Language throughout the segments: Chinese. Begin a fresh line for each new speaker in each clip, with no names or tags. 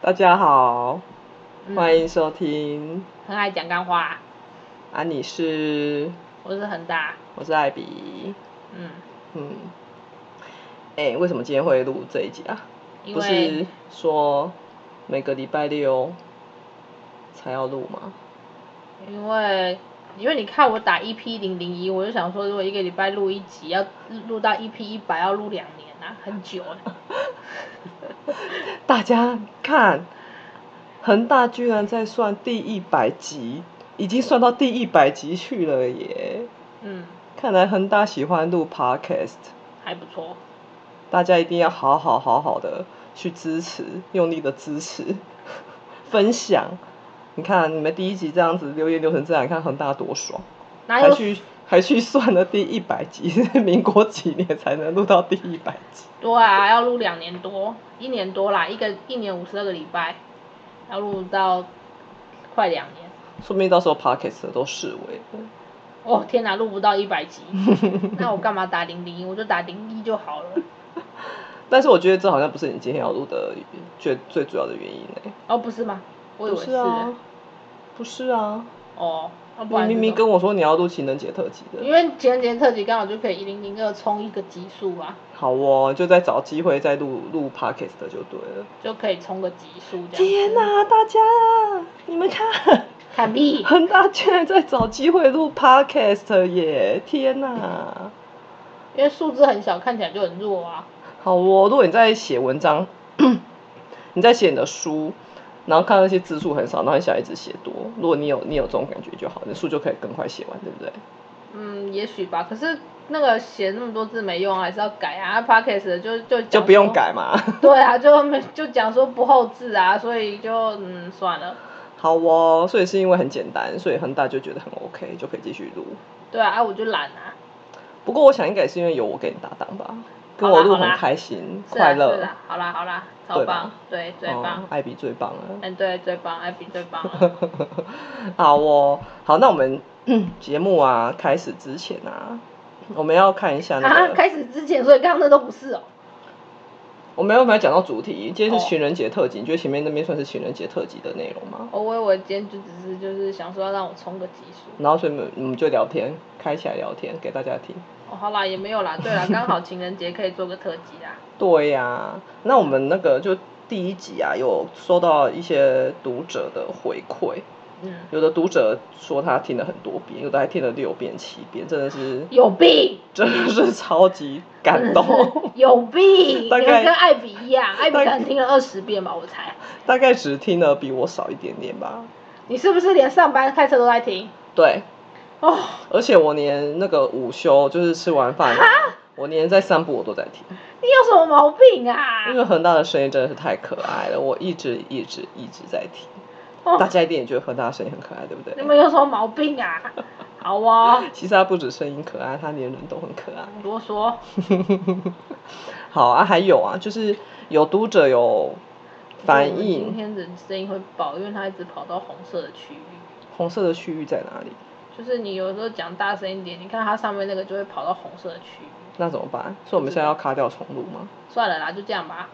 大家好，
嗯
欢迎收听
很爱讲干话，
啊，你是
我是恒大，
我是艾比，
嗯，
嗯，哎，为什么今天会录这一集啊？
因
不
为
是说每个礼拜六才要录吗？
因为因为你看我打 EP 零零一，我就想说，如果一个礼拜录一集，要录到 EP 一百，要录两年啊，很久 呢。
大家看，恒大居然在算第一百集，已经算到第一百集去了耶！
嗯，
看来恒大喜欢录 podcast，
还不错。
大家一定要好好好好的去支持，用力的支持， 分享。你看你们第一集这样子留言留成这样，你看恒大多爽，
哪
还
有
去还去算了第一百集 是民国几年才能录到第一百集？
对啊？要录两年多，一年多啦，一个一年五十二个礼拜，要录到快两年。
说不定到时候 podcast 都视为了
哦天哪，录不到一 百集，那我干嘛打零零一？我就打零一就好了。
但是我觉得这好像不是你今天要录的最最主要的原因呢、
哦，不是吗？我以
不
为
是啊，不是啊，
哦，那不
你
然
明明
是什么
跟我说你要录情人节特辑
因
的，
为情人节特辑刚好就可以一零零二冲一个级数啊，
好哦，就在找机会再录录 podcast 的就对了。
就可以冲个级数这样子。
天哪、大家，你们看，
看屁！
恒大居然在找机会录 podcast 耶！天哪、
因为数字很小，看起来就很弱啊。
好哦，如果你在写文章， 你在写你的书，然后看到那些字数很少，然后你想一直写多，如果你有你有这种感觉就好，你的书就可以更快写完，对不对？
嗯，也许吧。可是那个写那么多字没用啊，还是要改啊。p o d c a s t 就
就
就就
不用。改嘛。
对啊，就没就讲说不后置啊，所以就嗯算了。
好哦，所以是因为很简单，所以恒大就觉得很 OK，就可以继续录。
对啊，啊我就懒啊。
不过我想应该也是因为有我给你搭档吧，跟我录
好啦
很
好啦
开心，
是
快
啊
乐
是。啊，好啦好啦，超
对
棒
吧，
对最棒
哦，，艾比最棒了。
嗯对最棒，艾比最棒了。
好哦，好，那我们节目啊开始之前啊，我们要看一下 那
啊，
个，
开始之前，所以刚刚那都不是哦。
我们有没有讲到主题？今天是
哦
情人节特辑，你觉得前面那边算是情人节特辑的内容吗？
哦，我以为今天就只是就是想说要让我冲个级数。
然后所以我们我们就聊天，开起来聊天给大家听。
哦，好啦，也 没有啦，对啦，刚好情人节可以做个特辑啦。
对呀、那我们那个就第一集啊，有收到一些读者的回馈，
嗯，
有的读者说他听了很多遍，有的还听了六遍、七遍，真的是
有病，
真的是超级感 动。
有病，你
大
们
概
跟艾比一样，艾比
大
可
概
能听了二十遍吧，我猜。
大概只听了比我少一点点吧。
你是不是连上班开车都在听？
对，
哦，
而且我连那个午休，就是吃完饭，我连在散步我都在听，
你有什么毛病 啊？
因为恒大的声音真的是太可爱了，我一直一直一直在听。大
哦，嗯
家一定也觉得恒大的声音很可爱，对不对
你？们有什么毛病啊？好哦，
其实他不止声音可爱，他连人都很可爱。
多说。
好啊，还有啊，就是有读者有
我
反
们今
映
天的声音会爆，因为它一直跑到红色的区域。
红色的区域在哪里，
就是你有时候讲大声一点，你看它上面那个就会跑到红色的区域。
那怎么办？所以我们现在要卡掉重录吗？
算了啦，就这样吧。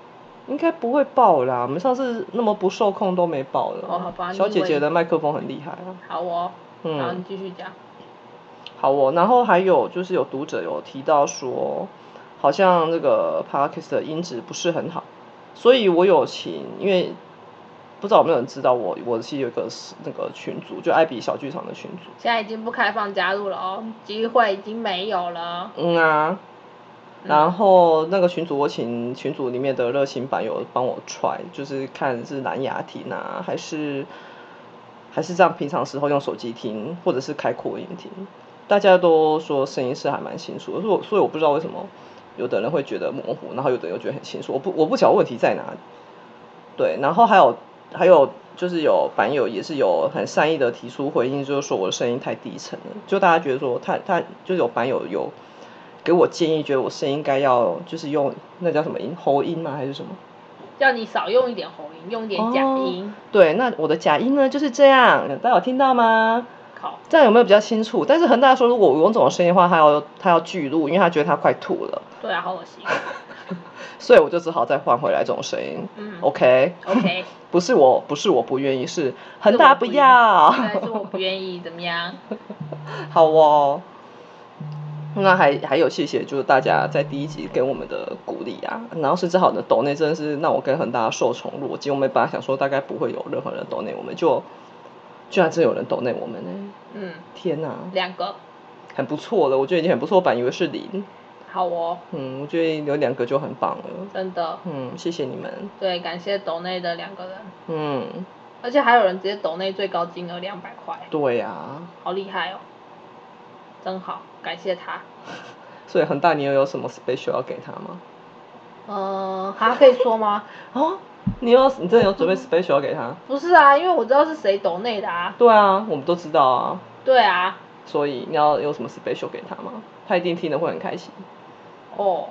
应该不会爆啦，我们上次那么不受控都没爆了。
哦好吧
小姐
你以
姐
为
的麦克风很厉害啊。
好哦，好，你
嗯，
继续讲。
好哦。然后还有就是有读者有提到说，好像这个 podcast 的音质不是很好，所以我有请，因为不知道有没有人知道我，我是有一个那个群组，就艾比小剧场的群组。
现在已经不开放加入了哦，机会已经没有了。
嗯啊，
嗯
然后那个群主，我请群主里面的热心版友帮我踹，就是看是蓝牙听啊，还是还是这样平常时候用手机听，或者是开扩音听。大家都说声音是还蛮清楚的，所以我所以我不知道为什么有的人会觉得模糊，然后有的人又觉得很清楚。我不我不晓得问题在哪里。对，然后还有还有就是有版友也是有很善意的提出回应，就是说我的声音太低沉了，就大家觉得说他他就是有版友有给我建议，觉得我声音应该要就是用那叫什么音喉音吗还是什么？
叫你少用一点喉音，用一点假音。
对，那我的假音呢就是这样，大家有听到吗？
靠，
这样有没有比较清楚？但是恒大说，如果我用这种声音的话，他要他要巨录，因为他觉得他快吐了。
对啊，好恶心。
所以我就只好再换回来这种声音。
嗯
OK，
，OK，
不是我，不是我不愿意，是恒
是
大
我
不
不愿意
要。
但是我不愿意，怎么样？
好哦。那还还有谢谢，就是大家在第一集给我们的鼓励啊，然后甚至好的抖内真的是让我跟恒大受宠若惊。我们本来想说大概不会有任何人抖内，我们就居然真有人抖内我们呢、
嗯，
天哪、
两个，
很不错了，我觉得已经很不错，我本来以为是零，
好哦，
嗯，我觉得有两个就很棒了，
真的，
嗯，谢谢你们，
对，感谢抖内的两个人，
嗯，
而且还有人直接抖内最高金额两百块，
对啊，
好厉害哦，真好，感谢他。
所以恒大，你又有什么 special 要给他吗？
嗯，还可以说吗？
哦，你有你真的有准备 special 要给他？
不是啊，因为我知道是谁抖内的啊。
对啊，我们都知道啊，
对啊，
所以你要有什么 special 给他吗？他一定听得会很开心。
哦，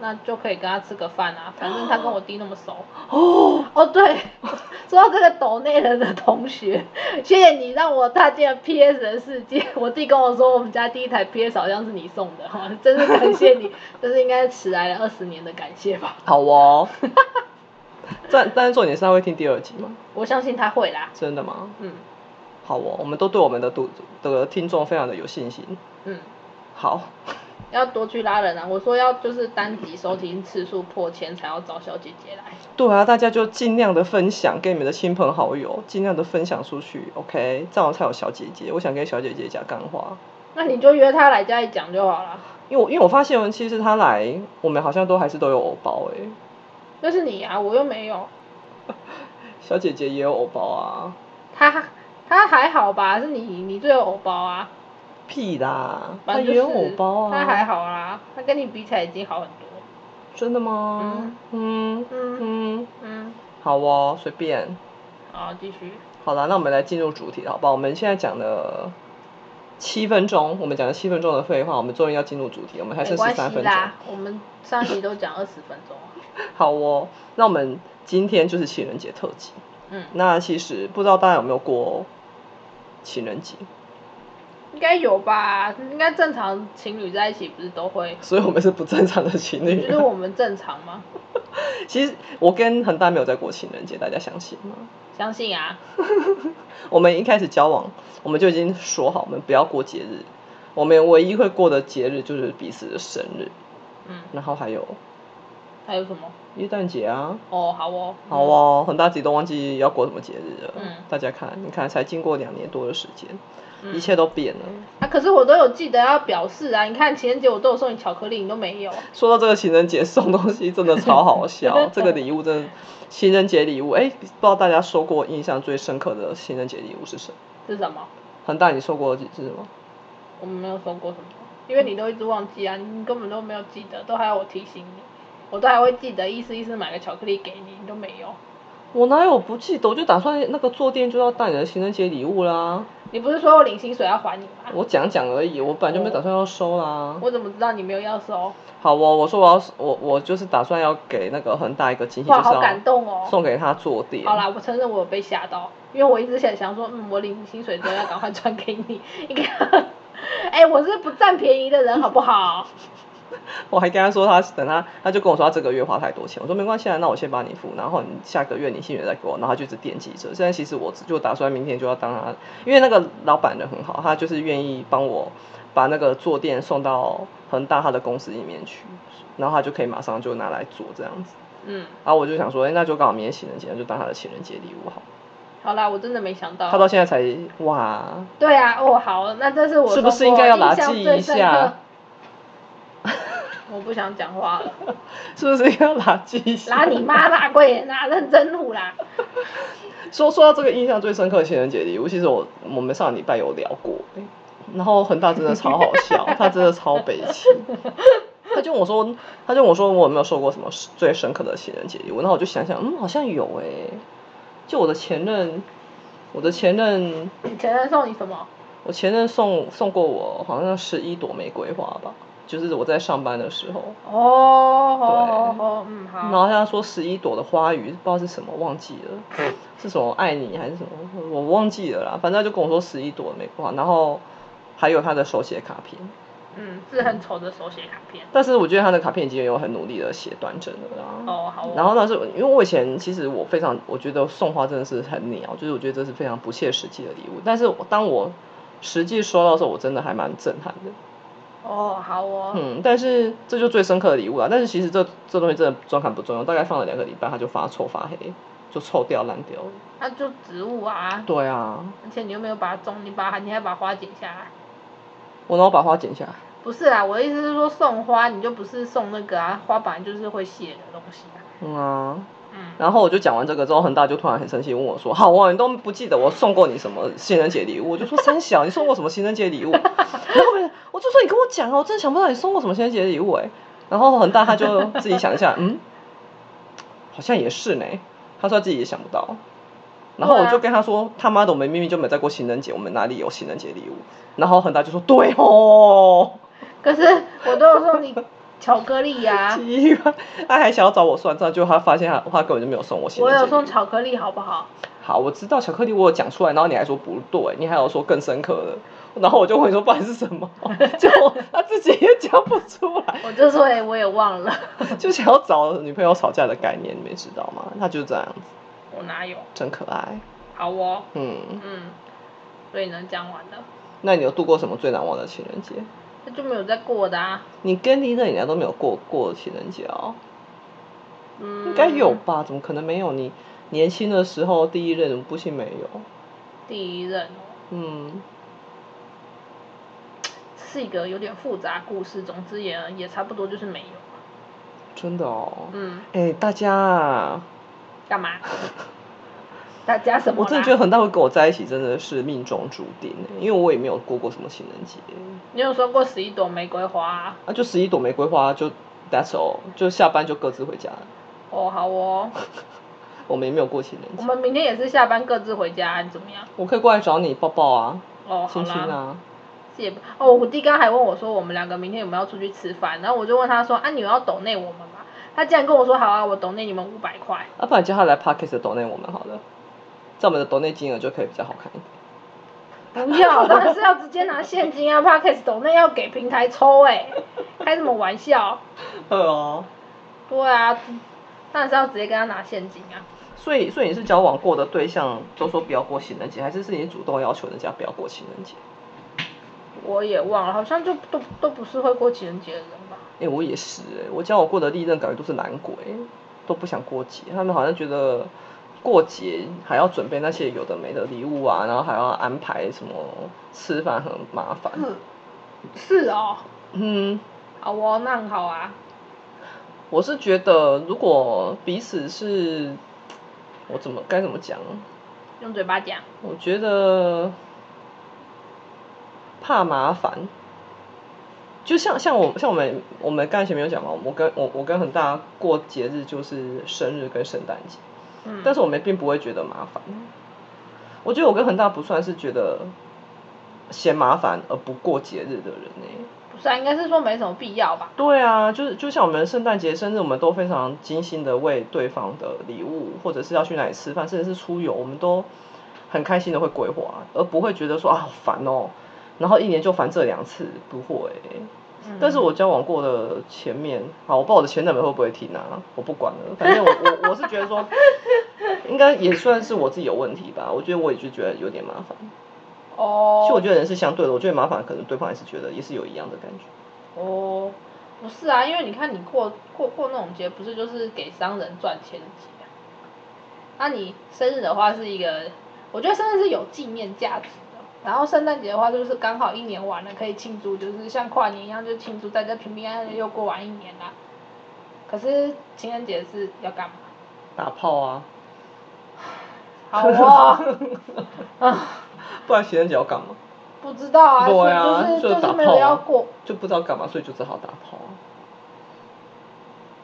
那就可以跟他吃个饭啊，反正他跟我弟那么熟。
哦，
哦，对， 说到这个抖内人的同学，谢谢你让我踏进了 PS 的世界。我弟跟我说，我们家第一台 PS 好像是你送的， 哈，真是感谢你，这是应该迟来了二十年的感谢吧。
好哦。 但但是重点是他会听第二集吗？
我相信他会啦，
真的吗？
嗯
好哦，我们都对我们的读的听众非常的有信心。
嗯，
好，
要多去拉人啊。我说要就是单集收听次数破千才要找小姐姐来。
对啊，大家就尽量的分享给你们的亲朋好友，尽量的分享出去，OK，这样才有小姐姐。我想跟小姐姐讲干话，
那你就约他来家里讲就好了。
因为我因为我发现其实她来，我们好像都还是都有偶包哎、
那是你啊，我又没有。
小姐姐也有偶包啊，
他他还好吧？是你你最有偶包啊，
屁啦，她
反正
也
就是
有偶包啊，
他还好啦，他跟你比起来已经好很多。
真的吗？嗯
嗯
嗯，
嗯，
好哦，随便。
好，继续。
好啦，那我们来进入主题，好不好？我们现在讲了七分钟，我们讲了七分钟的废话，我们终于要进入主题，我们还
没
剩
关
十
系
三分钟。
啦，我们上一集都讲二十分钟啊。
好哦，那我们今天就是情人节特辑。
嗯，
那其实不知道大家有没有过情人节，
应该有吧？应该正常情侣在一起不是都会？
所以我们是不正常的情
你
侣
觉。得我们正常吗？
其实我跟恒大没有在过情人节，大家相信吗？
相信啊，
我们一开始交往，我们就已经说好，我们不要过节日。我们唯一会过的节日就是彼此的生日，
嗯，
然后还有
还有什么？
耶诞节啊。
哦，好哦，
好哦，很大集都忘记要过什么节日了。
嗯
大家看，你看，才经过两年多的时间，
嗯
一切都变了。
啊，可是我都有记得要表示啊！你看情人节我都有送你巧克力，你都没有。
说到这个情人节送东西，真的超好 笑。这个礼物真的，情人节礼物，哎，不知道大家收过印象最深刻的情人节礼物是什么？
是什么？
恒大，你收过几次吗？
我们没有收过什么，因为你都一直忘记啊，你根本都没有记得，都还要我提醒你，我都还会记得，意思意思买个巧克力给你，你都没有。
我哪有不记得？我就打算那个坐店就要带你的情人节礼物啦。
你不是说我领薪水要还你吗？
我讲讲而已，我本来就没打算要收啦。
我怎么知道你没有要收？
好哦，我说我要我我就是打算要给那个恒大一个惊喜，就
哇，
是
好
要
感动哦！
送给他坐垫。
好啦，我承认我有被吓到，因为我一直想想说，嗯，我领薪水之后要赶快转给你，你看， 哎，我是不占便宜的人，好不好？
我还跟他说他等他，他就跟我说他这个月花太多钱，我说没关系啊，那我先帮你付，然后你下个月你薪水再给我，然后他就一直惦记着。现在其实我就打算明天就要当他，因为那个老板人很好，他就是愿意帮我把那个坐垫送到恒大他的公司里面去，然后他就可以马上就拿来做这样子。
嗯，
然后我就想说，哎、那就刚好明天情人节，那就当他的情人节礼物好了。
好啦，我真的没想到。
他到现在才哇，
对啊，哦，好，那这是我
是不
收
是应
过
该要
印
把它
象
记
最
一
深
下
刻？我不想讲话了，
是不是应该要拿记一下
拉你妈啦，贵人啦，啊认真录啦。
说说到这个印象最深刻的情人节礼物，其实我我们上礼拜有聊过，诶然后恒大真的超好笑，他真的超悲情。他就问我说，他就问我说我有没有收过什么最深刻的情人节礼物？然后我就想想，嗯，好像有诶，就我的前任，我的前任，
你前任送你什么？
我前任送送过我好像十一朵玫瑰花吧，就是我在上班的时候，
哦哦哦哦，嗯
然
好，
后他说十一朵的花语，不知道是什么，忘记了，
嗯
是什么爱你还是什么，我忘记了啦。反正他就跟我说十一朵玫瑰花，然后还有他的手写卡片，
嗯，是很丑的手写卡片。
但是我觉得他的卡片已经有很努力的写端正了啦。
哦，好哦，
然后呢，是因为我以前其实我非常，我觉得送花真的是很鸟，就是我觉得这是非常不切实际的礼物。但是我当我实际收到的时候，我真的还蛮震撼的。
哦，好哦，
嗯，但是这就最深刻的礼物啦。但是其实这这东西真的装看不重要，大概放了两个礼拜，它就发臭发黑，就臭掉烂掉了。
那就植物啊，
对啊，
而且你又没有把它种，你把它，你还把花剪下来。
我然后把花剪下来。
不是啊，我的意思是说送花，你就不是送那个啊，花本来就是会谢的东西啊。
嗯啊，
嗯，
然后我就讲完这个之后，恒大就突然很生气问我说：“好啊，你都不记得我送过你什么情人节礼物？”我就说：“三小，你送过什么情人节礼物？”然后我就我就说：“你跟我讲啊，我真的想不到你送过什么情人节礼物哎、然后恒大他就自己想一下，嗯，好像也是呢。他说他自己也想不到。然后我就跟他说：“他妈的，我们明明就没在过情人节，我们哪里有情人节礼物？”然后恒大就说：“对哦。”
可是我都有送你 巧克力 啊呀、
奇怪，他还想要找我算账，结果他发现他他根本就没有送我情
我
人节
有
礼物。
送巧克力好不好？
好，我知道巧克力我有讲出来，然后你还说不对，你还有说更深刻的，然后我就问你说不然是什么， 结果他自己也讲不出来，
我就说哎、我也忘了，
就想要找女朋友吵架的概念，你们知道吗？他就是这样子，
我哪有？
真可爱。
好哦，
嗯，
嗯，所以呢，讲完了，
那你有度过什么最难忘的情人节？
那就没有再过的啊。
你跟你的人家都没有过过情人节哦，
嗯，
应该有吧？怎么可能没有？你年轻的时候第一任，不信没有。
第一任哦，
嗯，
是一个有点复杂故事，总之也也差不多就是没有。
真的哦。
嗯，
哎、大家啊，
干嘛？大家什么
我
啦？
真的觉得恒大会跟我在一起真的是命中注定欸、因为我也没有过过什么情人节
你有收过十一朵玫瑰花、啊？
啊，就十一朵玫瑰花就 that's all，就下班就各自回家了。
哦，好哦，
我们也没有过情人
我
节，
们明天也是下班各自回家，你怎么样？
我可以过来找你抱抱啊，
哦，好
亲亲
啦，
啊，
是也不哦，我弟刚还问我说，我们两个明天有没有要出去吃饭？然后我就问他说，啊，你们要抖内我们吗？他竟然跟我说，好啊，我抖内你们五百块。
啊，不然叫他来 Parkes 抖内我们好了，这样我们的抖内金额就可以比较好看一点。
不 要，当然是要直接拿现金啊 p a c k e t 抖内要给平台抽哎、开什么玩笑？
对哦，
对啊，当然是要直接跟他拿现金啊。
所以所以你是交往过的对象都说不要过情人节，还是是你主动要求人家不要过情人节？
我也忘了，好像就都都不是会过情人节的人吧？
哎、我也是哎、我交往过的历任感觉都是懒鬼，都不想过节，他们好像觉得过节还要准备那些有的没的礼物啊，然后还要安排什么吃饭，很麻烦。
是是哦，
嗯，
好哦，那很好啊。
我是觉得如果彼此是，我怎么该怎么讲？
用嘴巴讲，
我觉得怕麻烦，就像像我像我们我们刚才前面有讲嘛，我跟我我跟很大过节日就是生日跟圣诞节。
嗯，
但是我们并不会觉得麻烦。我觉得我跟恒大不算是觉得嫌麻烦而不过节日的人欸呢、
不是啊，应该是说没什么必要吧？
对啊，就是就像我们圣诞节、生日，我们都非常精心的为对方的礼物，或者是要去哪里吃饭，甚至是出游，我们都很开心的会规划，而不会觉得说啊好烦哦，然后一年就烦这两次，不会、
嗯
但是我交往过的前面，好，我不知道我的前男友会不会听啊，我不管了，反正我我我是觉得说，应该也算是我自己有问题吧。我觉得我也就觉得有点麻烦。其实我
哦
觉得人是相对的，我觉得麻烦可能对方也是觉得也是有一样的感觉。
哦，不是啊，因为你看你过过过那种节，不是就是给商人赚钱的节啊、那你生日的话是一个，我觉得生日是有纪念价值的。然后圣诞节的话，就是刚好一年完了，可以庆祝，就是像跨年一样，就庆祝大家平平安安的又过完一年啦。可是情人节是要干嘛？
打炮 啊，
好 哦，啊，
不然情人节要干嘛？
不知道啊，
对啊就
是就是
打
就是没
炮
有
啊
要过，
就不知道干嘛，所以就只好打炮啊。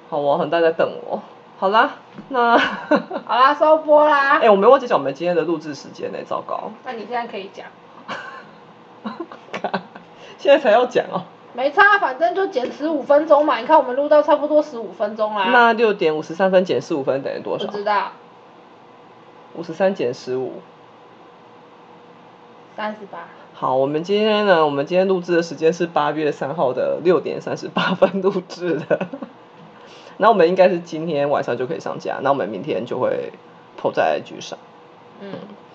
好哦，恒大在瞪我。好啦，那
好啦，收播啦。
哎、我没忘记讲我们今天的录制时间呢、糟糕，
那你现在可以讲，
现在才要讲哦。
没差，反正就减十五分钟嘛。你看我们录到差不多十五分钟啦，
那六点五十三分减十五分等于多
不
少？
啊知道
五十三减十五，
三十八，
好，我们今天呢，我们今天录制的时间是八月三号的六点三十八分录制的。 那我们应该是今天晚上就可以上架，那我们明天就会 PO 在 IG 上。
嗯，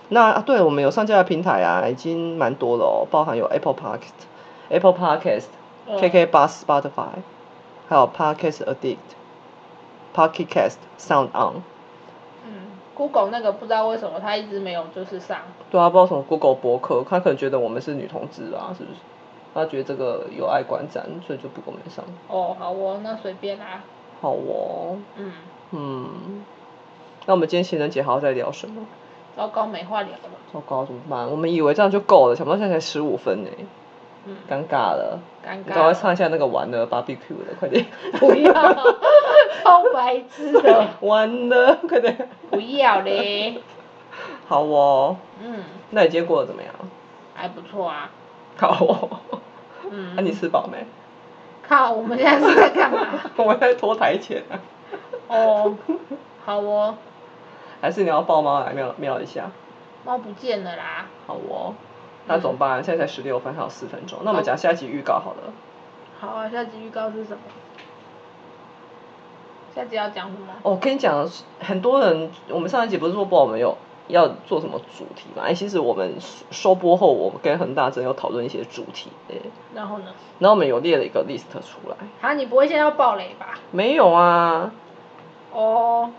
那啊对我们有上架的平台啊，已经蛮多了哦，包含有 Apple Podcast、Apple Podcast、
嗯
KK Bus、Spotify，还有 Podcast Addict、Pocket Cast、Sound On。
嗯，Google 那个不知道为什么它一直没有就是上，
对啊，不知道什么 Google 博客，他可能觉得我们是女同志啊，是不是？他觉得这个有碍观瞻，所以就不给我们上。
哦，好哦，那随便啦、
好哦，
嗯，
嗯，那我们今天情人节还要再聊什么？
糟糕，没话聊了，
糟糕，怎么办？我们以为这样就够了，想不到现在才十五分呢，
嗯，
尴尬了。
尴
你赶快
尬，
唱一下那个完了 barbecue 的，快点！
不要， 超白痴 的，
完了，快点！
不要嘞，
好哦，
嗯，
那你今天过得怎么样？
还不错啊，
好哦，那、
嗯，
你吃饱没？
靠，我们现在是在干嘛？
我们在拖台前啊，
哦，好哦，
还是你要抱猫来啊喵喵一下？
猫不见了啦，
好哦，那怎么办？现在才十六分，还有四分钟。那我们讲下一集预告好了。
好啊，下集预告是什么？下集要讲什么？
哦，我跟你讲，很多人，我们上一集不是说不知道我们有要做什么主题嘛？哎，其实我们收播后，我们跟恒大真的有讨论一些主题诶，
然后呢？
然后我们有列了一个 list 出来。
啊，你不会现在要爆雷吧？
没有啊，
哦，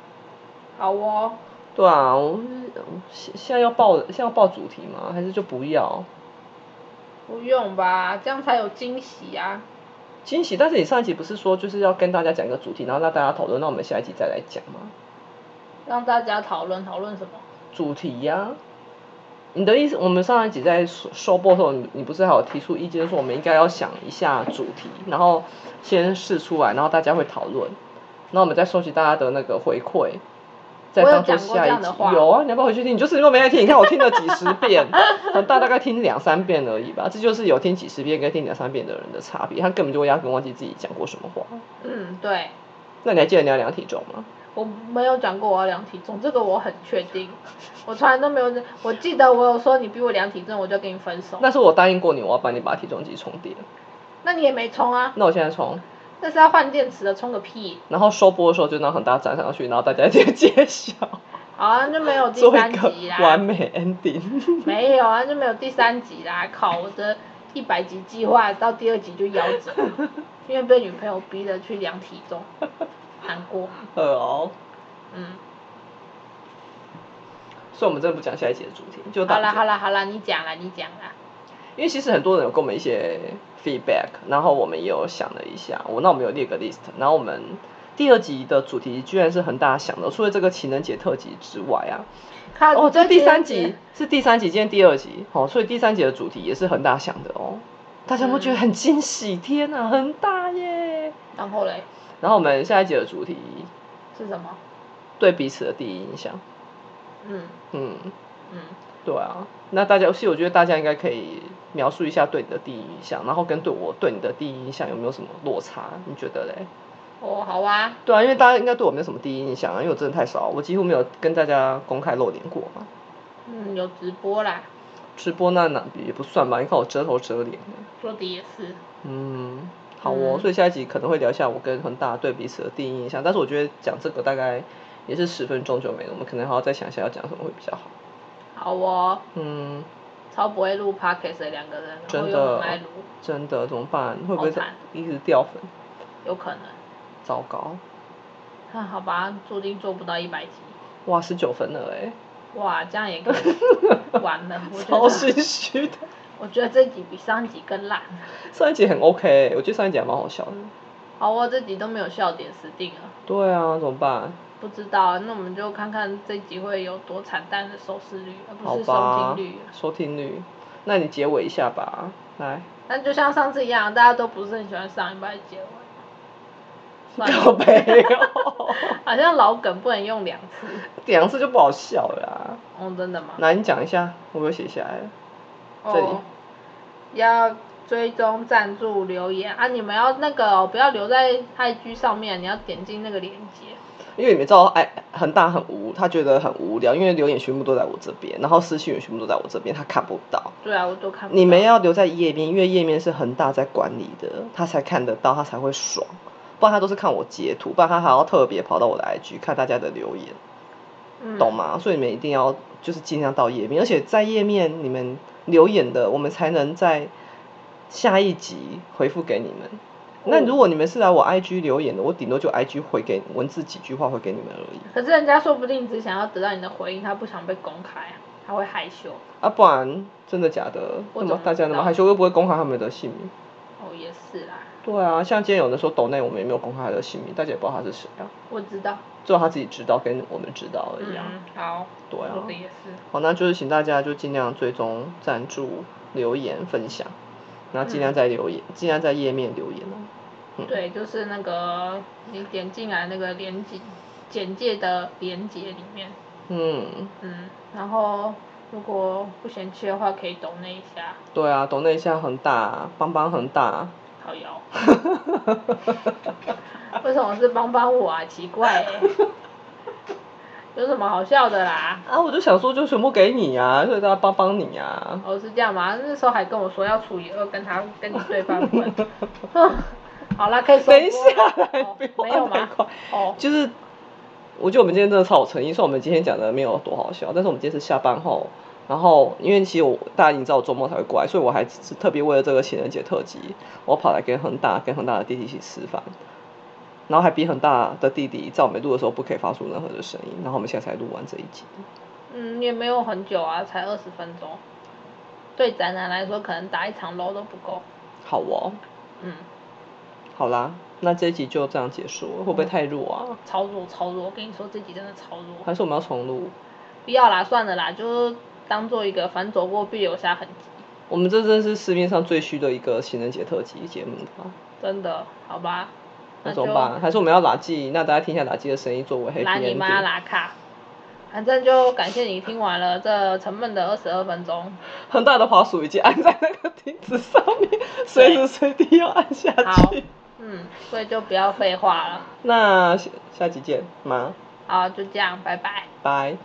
好哦，
对啊，我们现现在要报现在要报主题吗？还是就不要
不用吧，这样才有惊喜啊。
惊喜？但是你上一集不是说就是要跟大家讲一个主题，然后让大家讨论，那我们下一集再来讲吗？
让大家讨论讨论什么？
主题呀、你的意思，我们上一集在收收播的时候，你你不是还有提出意见说我们应该要想一下主题，然后先试出来，然后大家会讨论，那我们再收集大家的那个回馈，再
我有
当做
讲过
下
这
一
样的
集。
话
有啊，你要不要回去听？你就是因 为没在听，你看我听了几十遍，很大大概听两三遍而已吧。这就是有听几十遍跟听两三遍的人的差别，他根本就压根忘记自己讲过什么话。
嗯，对，
那你还记得你要量体重吗？
我没有讲过我要量体重，这个我很确定，我从来都没有。我记得我有说你逼我量体重，我就跟你分手。
那是我答应过你，我要帮你把体重机充电。
那你也没充啊，
那我现在充。
那是要换电池的，充个屁！
然后收播的时候就让很大站上去，然后大家就揭晓，
好啊，那就没有第
做
三
一个
集啦。
完美 ending。
没有啊，就没有第三集啦。靠，我的一百集计划到第二集就夭折 了，因为被女朋友逼着去量体重，难过。
呃哦，
嗯，
所以我们真的不讲下一集的主题，就
好啦
打
好啦好啦，你讲啦你讲啦。
因为其实很多人有给我们一些 feedback，然后我们也有想了一下，我那我们有列个 list，然后我们第二集的主题居然是恒大想的，除了这个情人节特辑之外啊，
看
哦，这
这
是第三
情人
集
节，
是第三集，今天第二集，哦，所以第三集的主题也是恒大想的哦，大家有没有觉得很惊
嗯
喜？天哪，恒大耶！
然后嘞
然后我们下一集的主题
是什么？
对彼此的第一印象。
嗯
嗯，
嗯，
对啊，那大家，其实我觉得大家应该可以描述一下对你的第一印象，然后跟对我对你的第一印象有没有什么落差？你觉得嘞？
哦好啊，
对啊，因为大家应该对我没有什么第一印象啊，因为我真的太少，我几乎没有跟大家公开露脸过嘛。
嗯有直播啦，
直播那那也不算吧，你看我遮头遮脸的。
说的也是。
嗯，好哦，
嗯
所以下一集可能会聊一下我跟恒大对彼此的第一印象，但是我觉得讲这个大概也是十分钟就没了，我们可能还要再想一下要讲什么会比较好。
好哦，
嗯，
超不会录 podcast 的两个人，然后
真
又很
的
爱录，
真的怎么办？会不会
好惨
一直掉粉？
有可能。
糟糕，
那好吧，注定做不到一百集。
哇，十九分了哎、
哇，这样也可以 完了，我觉
超
得。
心虚的。
我觉得这集比上一集更烂。
上一集很 OK，欸、我觉得上一集还蛮好笑的。
好哦，这集都没有笑点，死定了。
对啊，怎么办？
不知道，啊那我们就看看这集会有多惨淡的收视率，而
好
不是收
吧
听率。，啊
收听率，那你结尾一下吧，来，
但就像上次一样，大家都不是很喜欢上一半的结尾。算
告
了，
白哦，
好像老梗不能用两次。
两次就不好笑了啊
哦，真的吗哦
啦。？来，你讲一下，我有写下来了。这里
哦，要追踪、赞助、留言啊！你们要那个哦、不要留在 IG 上面，你要点进那个链接。
因为你们知道，哎，恒大很无，他觉得很无聊，因为留言全部都在我这边，然后私信也全部都在我这边，他看不到。
对啊，我都看不到。
你们要留在页面，因为页面是恒大在管理的，他才看得到，他才会爽。不然他都是看我截图，不然他还要特别跑到我的 IG 看大家的留言，
嗯
懂？吗？所以你们一定要就是尽量到页面，而且在页面你们留言的，我们才能在下一集回复给你们。
哦
那如果你们是来我 IG 留言的，我顶多就 IG 回给文字几句话回给你们而已。
可是人家说不定只想要得到你的回应，他不想被公开啊，他会害羞。
啊，不然真的假的？
我
那
怎
么
么
大家
知
那
道
么害羞，又不会公开他们的姓名。
哦，也是啦，
对啊，像今天有人说抖内，我们也没有公开他的姓名，大家也不知道他是谁啊，
我知道。
只有他自己知道，跟我们知道而已啊。
嗯，好，
对啊
说的也是。
好，那就是请大家就尽量追踪、赞助、留言、分享，然后尽量在留言，
嗯
尽、量在页面留言啊。嗯
对，就是那个你点进来那个连接简介的连接里面，
嗯，
嗯，然后如果不嫌弃的话，可以抖那一下，
对啊，抖内一下恒大，帮帮恒大。
好摇。为什么是帮帮我啊？奇怪、 欸，有什么好笑的啦？
啊，我就想说，就全部给你啊，所以大家帮帮你啊。
哦，是这样吗？那时候还跟我说要除以二，跟他跟你对半 分。哼好了，可以收
等一
播
下
了。
来，
哦
不
没
要
有
按太
吗？
快。
哦，
就是，我觉得我们今天真的超有诚意，虽然我们今天讲的没有多好笑，但是我们今天是下班后，然后因为其实我大家已经知道我周末才会过来，所以我还是特别为了这个情人节特辑，我跑来跟恒大跟恒大的弟弟一起吃饭，然后还逼恒大的弟弟在我们录的时候不可以发出任何的声音，然后我们现在才录完这一集。
嗯，也没有很久啊，才二十分钟。对宅男来说，可能打一场 LO 都不够。
好哦，
嗯，
好啦，那这一集就这样结束了，会不会太弱啊？
超弱超弱，我跟你说这集真的超弱。
还是我们要重录？
不要啦，算了啦，就当做一个反走过必留下痕迹。
我们这真是市面上最虚的一个情人节特辑节目吧？
真的，好吧？
那
就
怎么办？还是我们要垃圾？那大家听一下垃圾的声音作为黑
拉
皮
你
眼
妈拉卡。反正就感谢你听完了这沉闷的二十二分钟。
恒大的滑鼠已经按在那个钉子上面，随时随地要按下
好
去。，
嗯，所以就不要废话了。
那下下集见，妈，
好，就这样，拜拜。
拜。